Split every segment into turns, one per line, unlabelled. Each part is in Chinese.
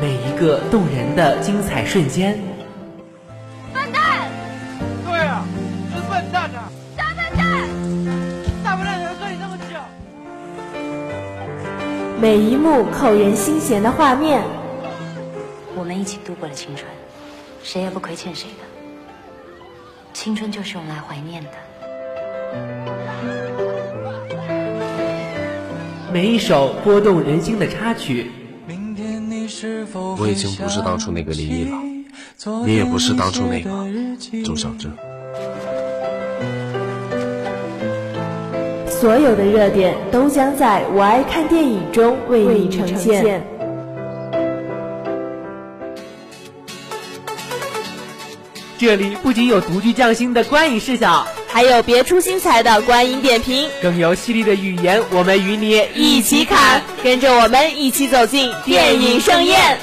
每一个动人的精彩瞬间，
笨蛋，
对啊，是笨蛋啊呐、
大笨蛋，
大笨蛋才跟你那么久。
每一幕扣人心弦的画面，
我们一起度过了青春，谁也不亏欠谁的。青春就是用来怀念的。
每一首拨动人心的插曲，
我已经不是当初那个林毅了，你也不是当初那个周小桢。
所有的热点都将在《我爱看电影》中为你呈现。
这里不仅有独具匠心的观影视角，
还有别出心裁的观影点评，
更有犀利的语言，我们与你
一起看，跟着我们一起走进电影盛宴。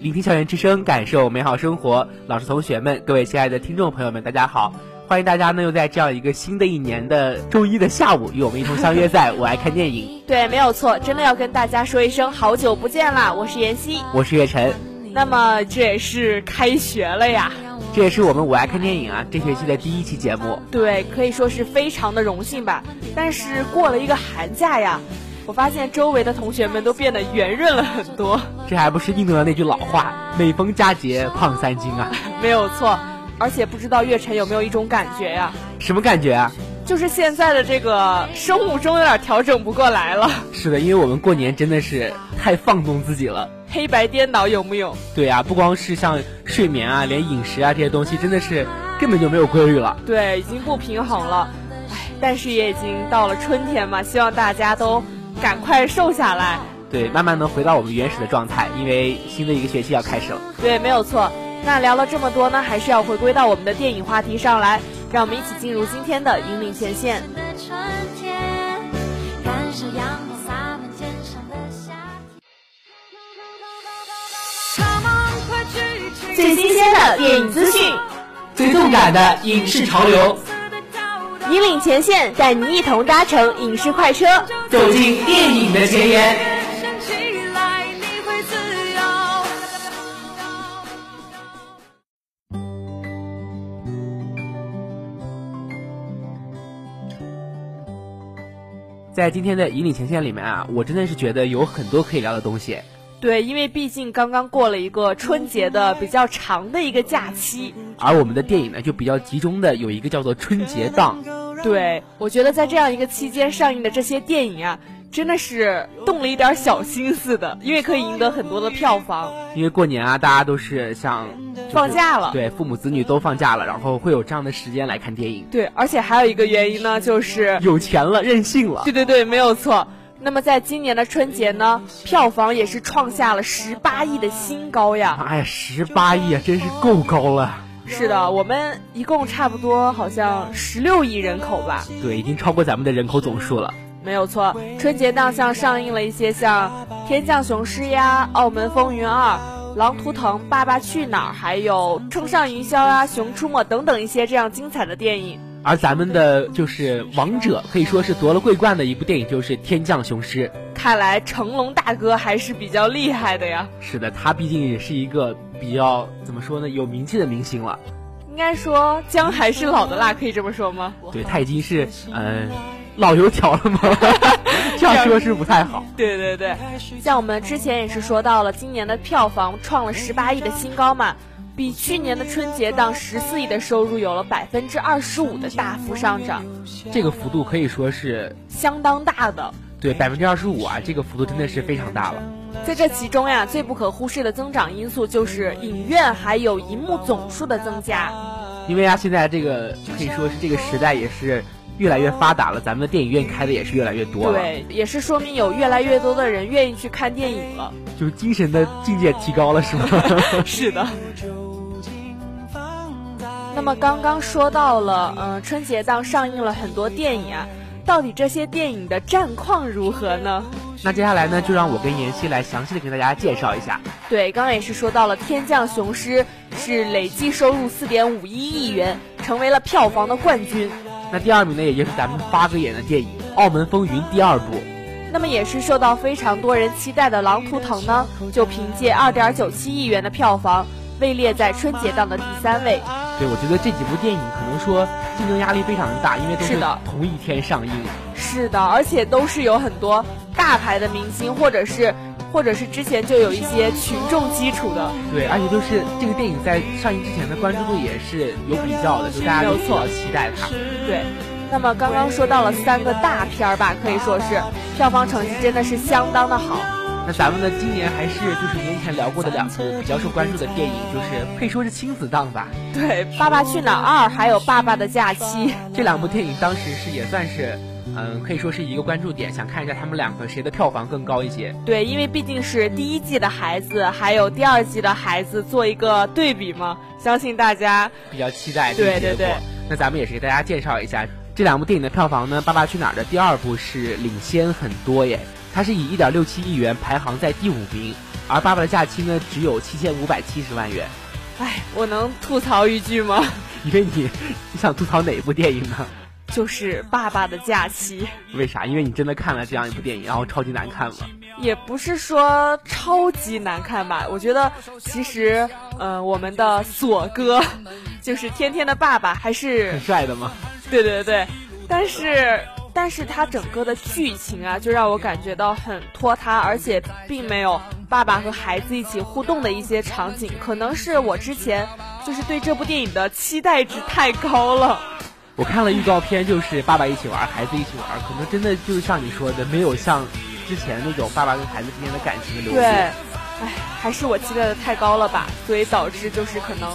聆听校园之声，感受美好生活。老师、同学们，各位亲爱的听众朋友们，大家好！欢迎大家呢又在这样一个新的一年的周一的下午，与我们一同相约在《我爱看电影》。
对，没有错，真的要跟大家说一声好久不见啦！我是妍希。
我是月晨，
那么这也是开学了呀，
这也是我们《我爱看电影啊》这学期的第一期节目。
对，可以说是非常的荣幸吧。但是过了一个寒假呀，我发现周围的同学们都变得圆润了很多，
这还不是应用了那句老话：“每逢佳节胖三斤啊
没有错。而且不知道月晨有没有一种感觉呀，”，
什么感觉啊？
就是现在的这个生物钟有点调整不过 来了，
是的，因为我们过年真的是太放纵自己了。
黑白颠倒有木有？
对啊，不光是像睡眠啊，连饮食啊这些东西，真的是根本就没有规律了。
对，已经不平衡了。唉，但是也已经到了春天嘛，希望大家都赶快瘦下来。
对，慢慢能回到我们原始的状态，因为新的一个学期要开始了。
对，没有错。那聊了这么多呢，还是要回归到我们的电影话题上来，让我们一起进入今天的引领前线。
的春天，感受阳光洒满肩上的夏天。
最新鲜的电影资讯，
最动感的影视潮流，
引领前线带你一同搭乘影视快车。
走进电影的前沿。
升起来，你会自由。
在今天的引领前线里面啊，我真的是觉得有很多可以聊的东西。
对，因为毕竟刚刚过了一个春节的比较长的一个假期，
而我们的电影呢，就比较集中的有一个叫做春节档，
对我觉得在这样一个期间上映的这些电影啊，真的是动了一点小心思的，因为可以赢得很多的票房。
因为过年啊，大家都是像、就是
放假了
对，父母子女都放假了，然后会有这样的时间来看电影。
对，而且还有一个原因呢，就是
有钱了，任性了
对，对对，没有错。那么在今年的春节呢，票房也是创下了十八亿的新高呀。
哎呀，十八亿啊，真是够高了。
是的，我们一共差不多好像十六亿人口吧，
对，已经超过咱们的人口总数了。
没有错。春节档像上映了一些像《天降雄狮》呀，《澳门风云二》。狼图腾、爸爸去哪儿，还有《冲上云霄》呀、《熊出没》等等一些这样精彩的电影。
而咱们的就是王者，可以说是夺了桂冠的一部电影，就是《天降雄狮》。
看来成龙大哥还是比较厉害的呀。
是的，他毕竟也是一个比较怎么说呢，有名气的明星了。
应该说姜还是老的辣，可以这么说吗？
对，他已经是嗯、呃老油条了吗？ 这样说是不太好。
对对对，像我们之前也是说到了，今年的票房创了十八亿的新高嘛，比去年的春节档十四亿的收入有了百分之二十五的大幅上涨，
这个幅度可以说是
相当大的。
对百分之二十五啊，这个幅度真的是非常大了。
在这其中呀，最不可忽视的增长因素就是影院还有银幕总数的增加。
因为啊，现在这个可以说是这个时代也是越来越发达了，咱们的电影院开的也是越来越多了，，
对，也是说明有越来越多的人愿意去看电影了。
就是精神的境界提高了，是吗？
是的。那么刚刚说到了，嗯、春节档上映了很多电影啊，到底这些电影的战况如何呢？
那接下来呢，就让我跟妍希来详细的给大家介绍一下。
对，刚刚也是说到了《天降雄狮》是累计收入四点五一亿元，成为了票房的冠军。
那第二名呢，也就是咱们八哥演的电影《澳门风云》第二部。
那么也是受到非常多人期待的《狼图腾》呢，就凭借二点九七亿元的票房，位列在春节档的第三位。
对，我觉得这几部电影可能说竞争压力非常大，因为都
是的
同一天上映。
是的，而且都是有很多大牌的明星，或者是或者是之前就有一些群众基础的。
对，而且就是这个电影在上映之前的关注度也是有比较的，就大家都
没有
比
错
较期待它。
对，那么刚刚说到了三个大片儿吧，可以说是票房成绩真的是相当的好。
那咱们呢，今年还是就是年前聊过的两部比较受关注的电影，就是可以说是亲子档吧。
对，《爸爸去哪儿二》还有《爸爸的假期》，
这两部电影当时是也算是，嗯，可以说是一个关注点，想看一下他们两个谁的票房更高一些。
对，因为毕竟是第一季的孩子，还有第二季的孩子做一个对比嘛，相信大家
比较期待这
对
个结
对
果。
对
那咱们也是给大家介绍一下这两部电影的票房呢，《爸爸去哪儿》的第二部是领先很多耶，它是以一点六七亿元排行在第五名，而《爸爸的假期》呢只有七千五百七十万元。
哎，我能吐槽一句吗？
因为你 你想吐槽哪一部电影呢？
就是《爸爸的假期》，
为啥？因为你真的看了这样一部电影，然后超级难看了。
也不是说超级难看吧，我觉得其实，呃，我们的索哥， 就是天天的爸爸，还是
很帅的吗？
对对对，但是但是它整个的剧情啊，就让我感觉到很拖沓，而且并没有爸爸和孩子一起互动的一些场景，可能是我之前就是对这部电影的期待值太高了。
我看了预告片，就是爸爸一起玩，孩子一起玩，可能真的就是像你说的，没有像之前那种爸爸跟孩子之间的感情的流
对，
露。
哎，还是我期待的太高了吧，所以导致就是可能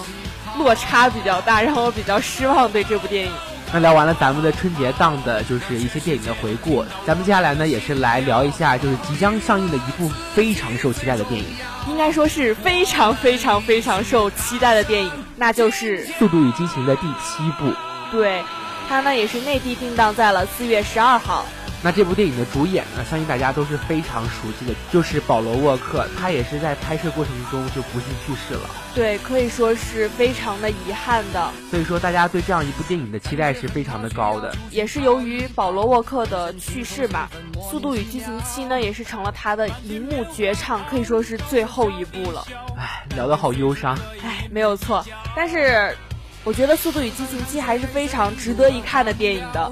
落差比较大，让我比较失望对这部电影。
那聊完了咱们的春节档的，就是一些电影的回顾，咱们接下来呢也是来聊一下，就是即将上映的一部非常受期待的电影
应该说是非常非常非常受期待的电影，那就是
《速度与激情》的第七部。
对，它呢也是内地定档在了四月十二号。
那这部电影的主演呢，相信大家都是非常熟悉的，就是保罗·沃克，他也是在拍摄过程中就不幸去世了。
对，可以说是非常的遗憾的，
所以说，大家对这样一部电影的期待是非常的高的。
也是由于保罗·沃克的去世吧，《速度与激情七》呢也是成了他的一幕绝唱，可以说是最后一部了。
唉，聊得好忧伤。
唉，没有错，但是我觉得《速度与激情七》还是非常值得一看的电影的，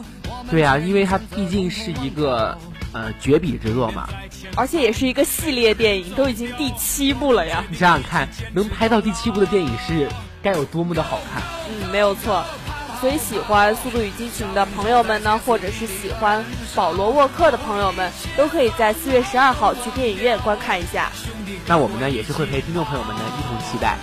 对啊，因为它毕竟是一个呃绝笔之作嘛。
而且也是一个系列电影，都已经第七部了呀。
你想想看，能拍到第七部的电影是该有多么的好看。
嗯，没有错。所以喜欢《速度与激情》的朋友们呢，或者是喜欢保罗·沃克的朋友们，都可以在四月十二号去电影院观看一下。
那我们呢，也是会陪听众朋友们呢一同期待。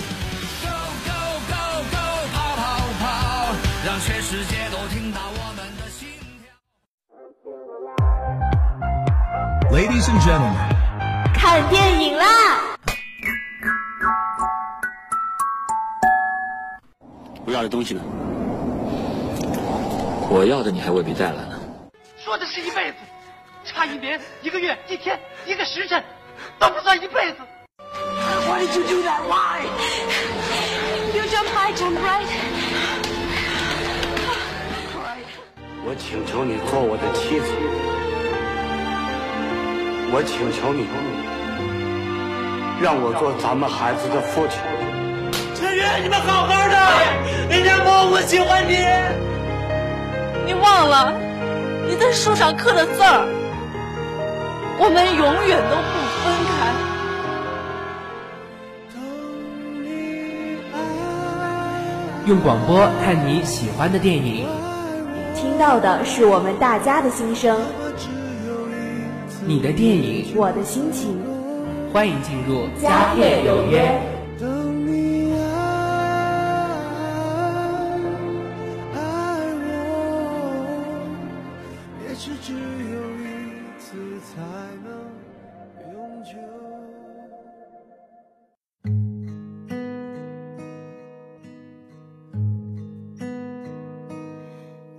Ladies and gentlemen,
看电影啦！
我要的东西呢？我要的你还未必带来呢。
说的是一辈子，差一年、一个月、一天、一个时辰，都不算一辈子。
Why did you do that? Why? You jump high, jump right.
我请求你做我的妻子。我请求你，让我做咱们孩子的父亲。
陈月，你们好好的，人家说我喜欢你。
你忘了你在树上刻的字儿，我们永远都不分开。
用广播看你喜欢的电影，
听到的是我们大家的心声，
你的电影，
我的心情。
欢迎进入
家片有约。
等你爱爱我，也许只有一次才能永久。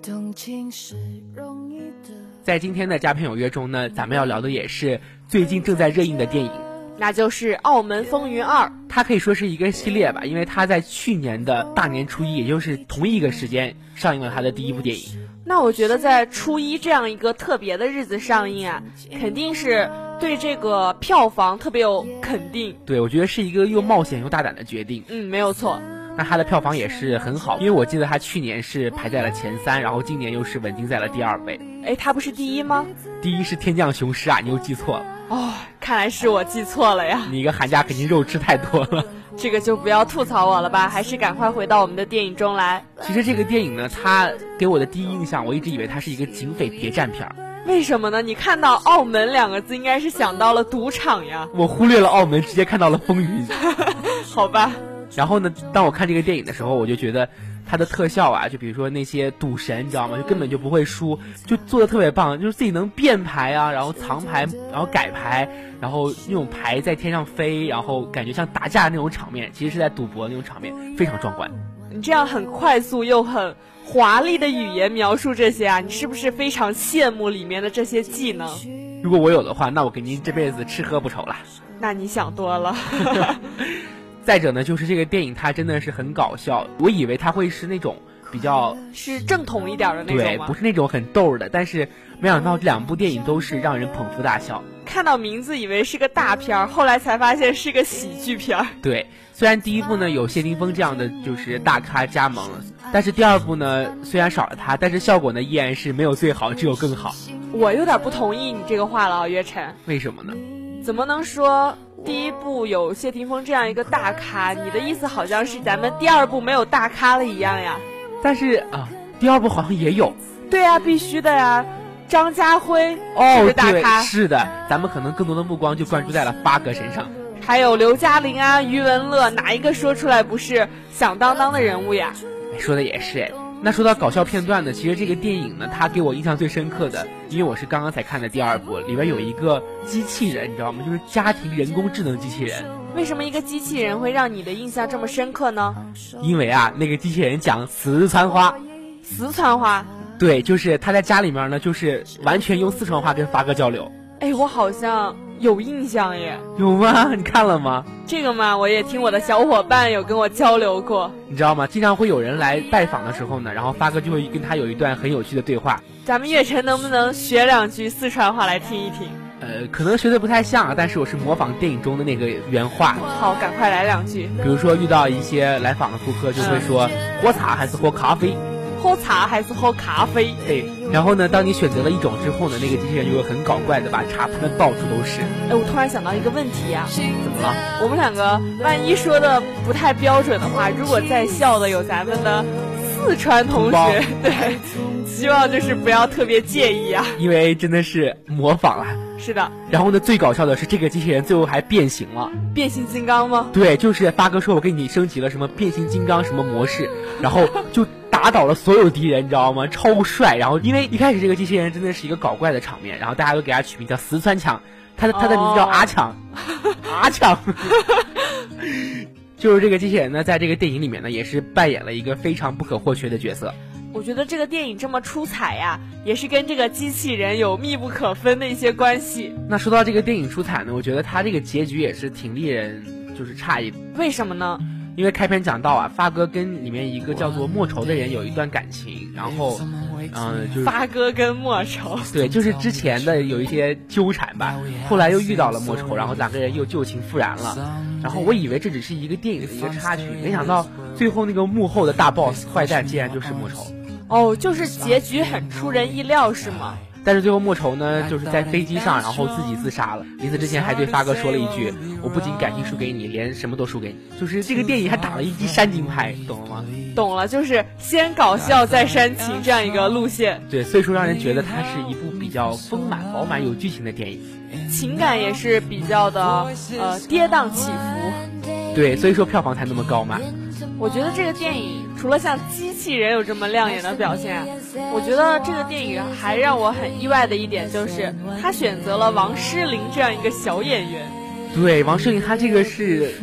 动情是容易的。
在今天的佳片有约中呢，咱们要聊的也是最近正在热映的电影，
那就是《澳门风云二》。
它可以说是一个系列吧，因为它在去年的大年初一，也就是同一个时间上映了它的第一部电影。
那我觉得在初一这样一个特别的日子上映啊，肯定是对这个票房特别有肯定。
对，我觉得是一个又冒险又大胆的决定。
嗯，没有错。
那它的票房也是很好，因为我记得它去年是排在了前三，然后今年又是稳定在了第二位。
哎，它不是第一吗？
第一是《天降雄狮》啊，你又记错了，
哦，看来是我记错了呀，
你一个寒假肯定肉吃太多了。
这个就不要吐槽我了吧，还是赶快回到我们的电影中来。
其实这个电影呢，它给我的第一印象，我一直以为它是一个警匪谍战片儿，
为什么呢？你看到“澳门”两个字，应该是想到了赌场呀，
我忽略了澳门，直接看到了风云。
好吧？
然后呢，当我看这个电影的时候，我就觉得它的特效啊，就比如说那些赌神，你知道
嗯
吗？就根本就不会输，就做的特别棒，就是自己能变牌啊，然后藏牌，然后改牌，然后那种牌在天上飞，然后感觉像打架那种场面，其实是在赌博那种场面，非常壮观。
你这样很快速又很华丽的语言描述这些啊，你是不是非常羡慕里面的这些技能？
如果我有的话，那我给您这辈子吃喝不愁了。
那你想多了。
再者呢，就是这个电影它真的是很搞笑，我以为它会是那种比较
是正统一点的那
对
种，吗
不？是那种很逗的，但是没想到这两部电影都是让人捧腹大笑。
看到名字以为是个大片儿，后来才发现是个喜剧片儿。
对，虽然第一部呢有谢霆锋这样的就是大咖加盟，但是第二部呢虽然少了他，但是效果呢依然是没有最好，只有更好。
我有点不同意你这个话了啊，岳晨，
为什么呢？
怎么能说第一部有谢霆锋这样一个大咖？你的意思好像是咱们第二部没有大咖了一样呀？
但是啊，第二部好像也有
对呀、必须的呀。张家辉是不
哦
是，大
对
咖？
是的，咱们可能更多的目光就关注在了八哥身上。
还有刘嘉玲啊、余文乐，哪一个说出来不是响当当的人物呀？
哎说的也是哎。那说到搞笑片段呢，其实这个电影呢，它给我印象最深刻的，因为我是刚刚才看的第二部，里边有一个机器人，你知道吗？就是家庭人工智能机器人。
为什么一个机器人会让你的印象这么深刻呢？
因为啊，那个机器人讲四川话，
四川话，
对，就是他在家里面呢，就是完全用四川话跟发哥交流，
哎，我好像有印象耶。
有吗？ 你看了吗？
这个嘛，我也听我的小伙伴有跟我交流过。
你知道吗？经常会有人来拜访的时候呢，然后发哥就会跟他有一段很有趣的对话，
咱们月晨能不能学两句四川话来听一听？
呃，可能学的不太像，啊，但是我是模仿电影中的那个原话，
好，赶快来两句。
比如说遇到一些来访的顾客就会说喝茶还是喝咖啡，
喝茶还是喝咖啡？
对，然后呢，当你选择了一种之后呢，那个机器人就会很搞怪的把茶喷的到处都是，
哎，我突然想到一个问题呀、
怎么了？
我们两个万一说的不太标准的话，如果在校的有咱们的四川同
同胞
学，对，希望就是不要特别介意啊。
因为真的是模仿啊。
是的，
然后呢，最搞笑的是这个机器人最后还变形了。
变形金刚吗？
对，就是发哥说我给你升级了什么变形金刚什么模式，然后就打倒了所有敌人，你知道吗？超帅！然后因为一开始这个机器人真的是一个搞怪的场面，然后大家都给他取名叫四川强，他的他的名字叫阿强，阿强。就是这个机器人呢，在这个电影里面呢，也是扮演了一个非常不可或缺的角色。
我觉得这个电影这么出彩呀、也是跟这个机器人有密不可分的一些关系。
那说到这个电影出彩呢，我觉得他这个结局也是挺令人就是诧异的。
为什么呢？
因为开篇讲到啊，发哥跟里面一个叫做莫愁的人有一段感情，然后，嗯、就是
发哥跟莫愁，
对，就是之前的有一些纠缠吧，后来又遇到了莫愁，然后两个人又旧情复燃了。然后我以为这只是一个电影的一个插曲，没想到最后那个幕后的大 boss 坏蛋竟然就是莫愁。
哦，就是结局很出人意料，是吗？
但是最后莫愁呢，就是在飞机上，然后自己自杀了。临死之前还对发哥说了一句：“我不仅感情输给你，连什么都输给你。”就是这个电影还打了一记煽情牌，懂了吗？
懂了，就是先搞笑再煽情这样一个路线，
对，所以说让人觉得它是一部比较丰满、饱满、有剧情的电影。
情感也是比较的呃跌宕起伏。
对，所以说票房才那么高嘛。
我觉得这个电影除了像机器人有这么亮眼的表现，啊我觉得这个电影还让我很意外的一点就是，他选择了王诗龄这样一个小演员。
对，王诗龄她这个是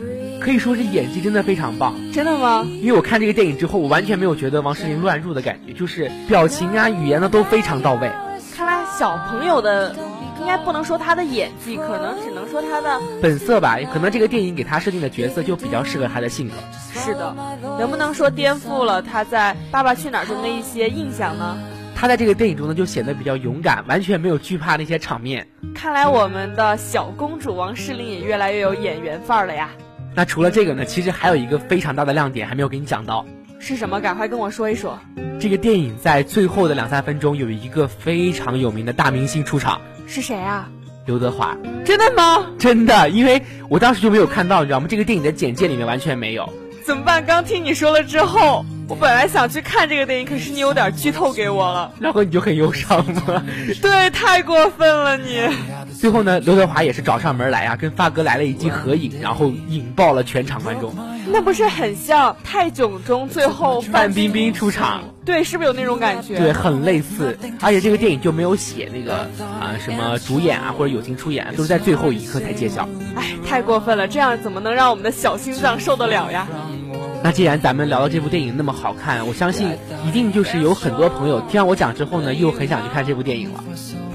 可以说是演技真的非常棒。
真的吗？
因为我看这个电影之后，我完全没有觉得王诗龄乱入的感觉，就是表情啊、语言呢都非常到位。
看来小朋友的，应该不能说他的演技，可能只能说他的
本色吧，可能这个电影给他设定的角色就比较适合他的性格。
是的，能不能说颠覆了他在《爸爸去哪儿》中的一些印象呢？
他在这个电影中呢，就显得比较勇敢，完全没有惧怕那些场面。
看来我们的小公主王诗龄也越来越有演员范儿了呀。
那除了这个呢，其实还有一个非常大的亮点还没有给你讲到。
是什么？赶快跟我说一说。
这个电影在最后的两三分钟有一个非常有名的大明星出场，
是谁啊？
刘德华。
真的吗？
真的，因为我当时就没有看到，你知道吗？这个电影的简介里面完全没有。
怎么办？刚听你说了之后，我本来想去看这个电影，可是你有点剧透给我了。
然后你就很忧伤 嘛。
对，太过分了你。
最后呢，刘德华也是找上门来啊，跟发哥来了一记合影，然后引爆了全场观众。
那不是很像《泰囧》中最后
范冰冰出场，
对，是不是有那种感觉？
对，很类似。而且这个电影就没有写那个啊、什么主演啊或者友情出演啊，都是在最后一刻才揭晓。
哎，太过分了，这样怎么能让我们的小心脏受得了呀？
那既然咱们聊到这部电影那么好看，我相信一定就是有很多朋友听完我讲之后呢，又很想去看这部电影了。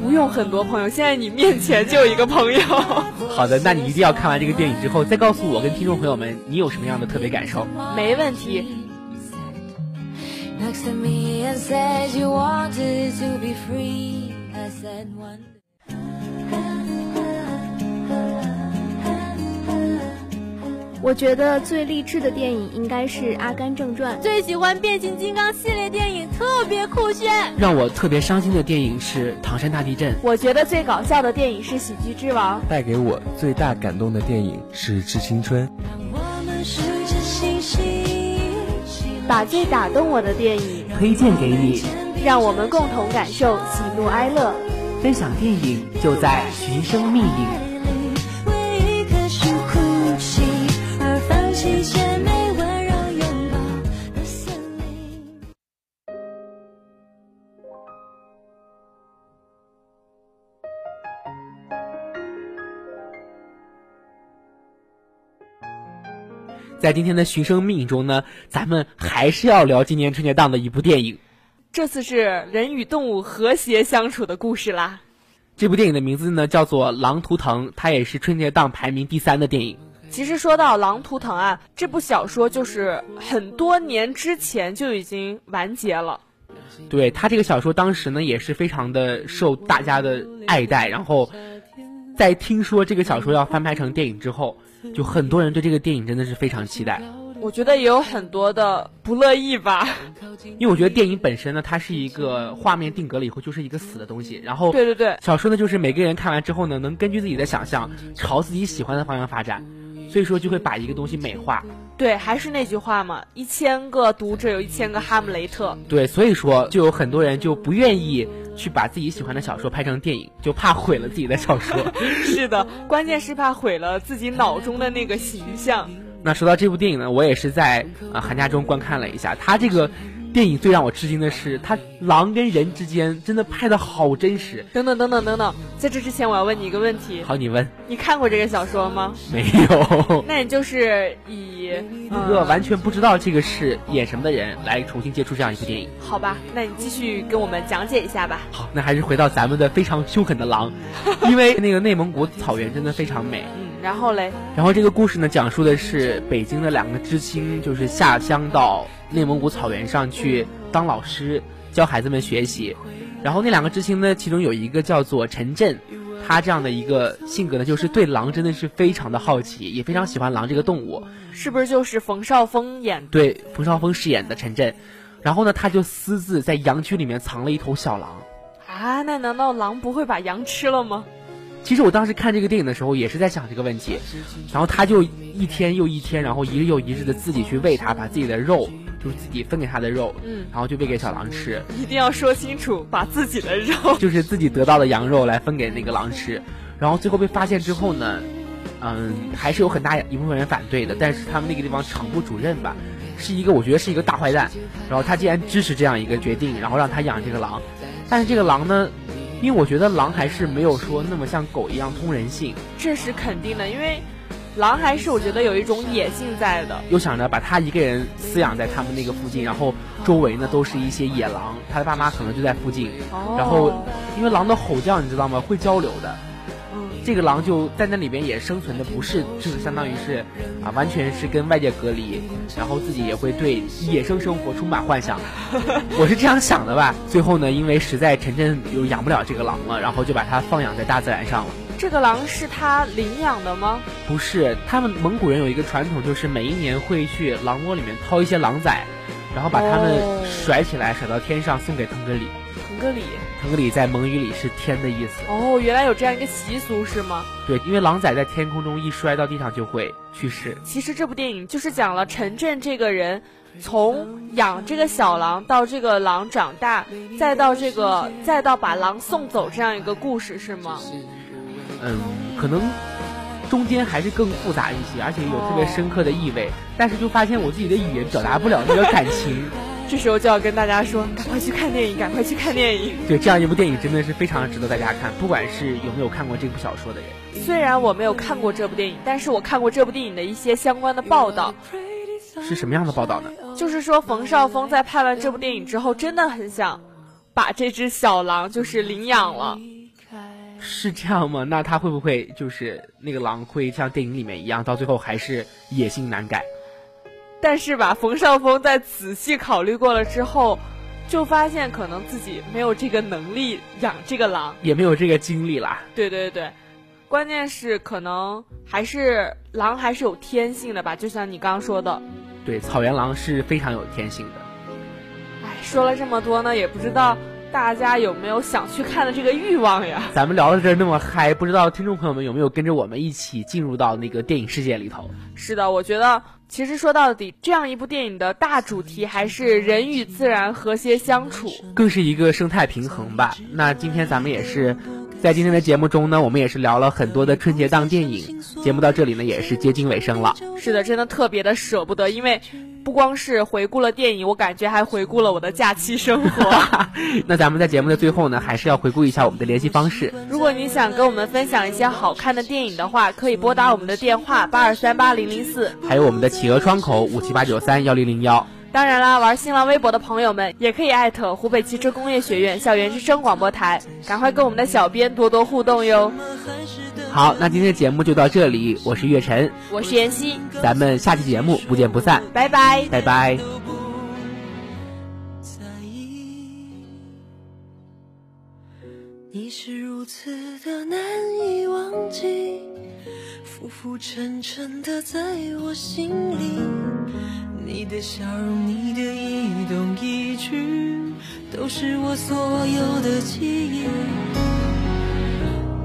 不用很多朋友，现在你面前就有一个朋友。
好的，那你一定要看完这个电影之后，再告诉我跟听众朋友们你有什么样的特别感受。
没问题，
Next to me and said you wanted to be free. I said one.
我觉得最励志的电影应该是《阿甘正传》。
最喜欢变形金刚系列电影，特别酷炫。
让我特别伤心的电影是《唐山大地震》。
我觉得最搞笑的电影是《喜剧之王》。
带给我最大感动的电影是《致青春》。
我们数着星星，
把最打动我的电影，
推荐给你，
让我们共同感受喜怒哀乐。
分享电影就在寻声觅影。
为一棵树哭泣，而放弃姐妹温柔拥抱的森林。
在今天的《寻声觅影》中呢，咱们还是要聊今年春节档的一部电影。
这次是人与动物和谐相处的故事啦。
这部电影的名字呢叫做《狼图腾》，它也是春节档排名第三的电影。
其实说到《狼图腾》啊，这部小说就是很多年之前就已经完结了。
对它这个小说，当时呢也是非常的受大家的爱戴。然后，在听说这个小说要翻拍成电影之后，就很多人对这个电影真的是非常期待。
我觉得也有很多的不乐意吧。
因为我觉得电影本身呢，它是一个画面定格了以后就是一个死的东西，然后
对对对，
小说呢就是每个人看完之后呢，能根据自己的想象朝自己喜欢的方向发展，所以说就会把一个东西美化。
对，还是那句话嘛，一千个读者有一千个哈姆雷特。
对，所以说就有很多人就不愿意去把自己喜欢的小说拍成电影，就怕毁了自己的小说。
是的，关键是怕毁了自己脑中的那个形象。
那说到这部电影呢，我也是在啊、呃寒假中观看了一下。它这个电影最让我吃惊的是，它狼跟人之间真的拍的好真实。
等等等等等等，在这之前我要问你一个问题：
好，你问
你看过这个小说吗？
没有？
那你就是以一
一个完全不知道这个是演什么的人来重新接触这样一部电影。
好吧？那你继续跟我们讲解一下吧。
好，那还是回到咱们的非常凶狠的狼，因为那个内蒙古草原真的非常美。
嗯，然后嘞，
然后这个故事呢，讲述的是北京的两个知青，就是下乡到内蒙古草原上去当老师，教孩子们学习。然后那两个知青呢，其中有一个叫做陈震，他这样的一个性格呢，就是对狼真的是非常的好奇，也非常喜欢狼这个动物。
是不是就是冯绍峰演的？
对，冯绍峰饰演的陈震，然后呢，他就私自在羊群里面藏了一头小狼。
啊？那难道狼不会把羊吃了吗？
其实我当时看这个电影的时候，也是在想这个问题。然后他就一天又一天，然后一日又一日的自己去喂它，把自己的肉，就是自己分给它的肉，
嗯
然后就喂给小狼吃，
一定要说清楚，把自己的肉。
就是自己得到的羊肉来分给那个狼吃。然后最后被发现之后呢，嗯，还是有很大一部分人反对的。但是他们那个地方厂部主任吧，是一个我觉得是一个大坏蛋，然后他竟然支持这样一个决定，然后让他养这个狼。但是这个狼呢，因为我觉得狼还是没有说那么像狗一样通人性。
这是肯定的，因为狼还是我觉得有一种野性在的。
又想着把他一个人饲养在他们那个附近，然后周围呢都是一些野狼，他的爸妈可能就在附近。
哦
然后因为狼的吼叫你知道吗？会交流的。
嗯
这个狼就在那里边也生存的不是，就是相当于是啊，完全是跟外界隔离，然后自己也会对野生生活充满幻 想。我是这样想的吧。最后呢，因为实在晨晨又养不了这个狼了，然后就把它放养在大自然上了。
这个狼是他领养的吗？
不是，他们蒙古人有一个传统，就是每一年会去狼窝里面掏一些狼崽，然后把它
哦
们甩起来，甩到天上送给腾格里。
腾格里。
腾格里在蒙语里是天的意思。
哦，原来有这样一个习俗是吗？
对，因为狼崽在天空中一摔到地上就会去世。
其实这部电影就是讲了陈震这个人，从养这个小狼到这个狼长大，再到这个再到把狼送走这样一个故事是吗？
嗯，可能中间还是更复杂一些，而且有特别深刻的意味。但是就发现我自己的语言表达不了那个感情。
这时候就要跟大家说，赶快去看电影，赶快去看电影。
对，这样一部电影真的是非常值得大家看，不管是有没有看过这部小说的人。
虽然我没有看过这部电影，但是我看过这部电影的一些相关的报道。
是什么样的报道呢？
就是说，冯绍峰在拍完这部电影之后，真的很想把这只小狼就是领养了。
是这样吗？那他会不会就是那个狼会像电影里面一样，到最后还是野性难改？
但是吧，冯绍峰在仔细考虑过了之后，就发现可能自己没有这个能力养这个狼。
也没有这个经历啦。
对对对，关键是可能还是狼还是有天性的吧，就像你刚刚说的。
对，草原狼是非常有天性的。
哎，说了这么多呢，也不知道大家有没有想去看的这个欲望呀？
咱们聊到这儿那么嗨，不知道听众朋友们有没有跟着我们一起进入到那个电影世界里头？
是的，我觉得其实说到底，这样一部电影的大主题还是人与自然和谐相处。
更是一个生态平衡吧。那今天咱们也是在今天的节目中呢，我们也是聊了很多的春节档电影。节目到这里呢，也是接近尾声了。
是的，真的特别的舍不得，因为不光是回顾了电影，我感觉还回顾了我的假期生活。
那咱们在节目的最后呢，还是要回顾一下我们的联系方式。
如果你想跟我们分享一些好看的电影的话，可以拨打我们的电话八二三八零零四。
还有我们的企鹅窗口五七八九三幺零零幺。
当然啦，玩新浪微博的朋友们也可以艾特湖北汽车工业学院校园之声广播台，赶快跟我们的小编多多互动哟。
好，那今天的节目就到这里，我是月晨，
我是妍希，
咱们下期节目不见不散，
拜拜。
拜拜。
你是如此的难以忘记，浮浮沉沉的在我心里。
你的笑容，你的一动一举，都是我所有的记忆。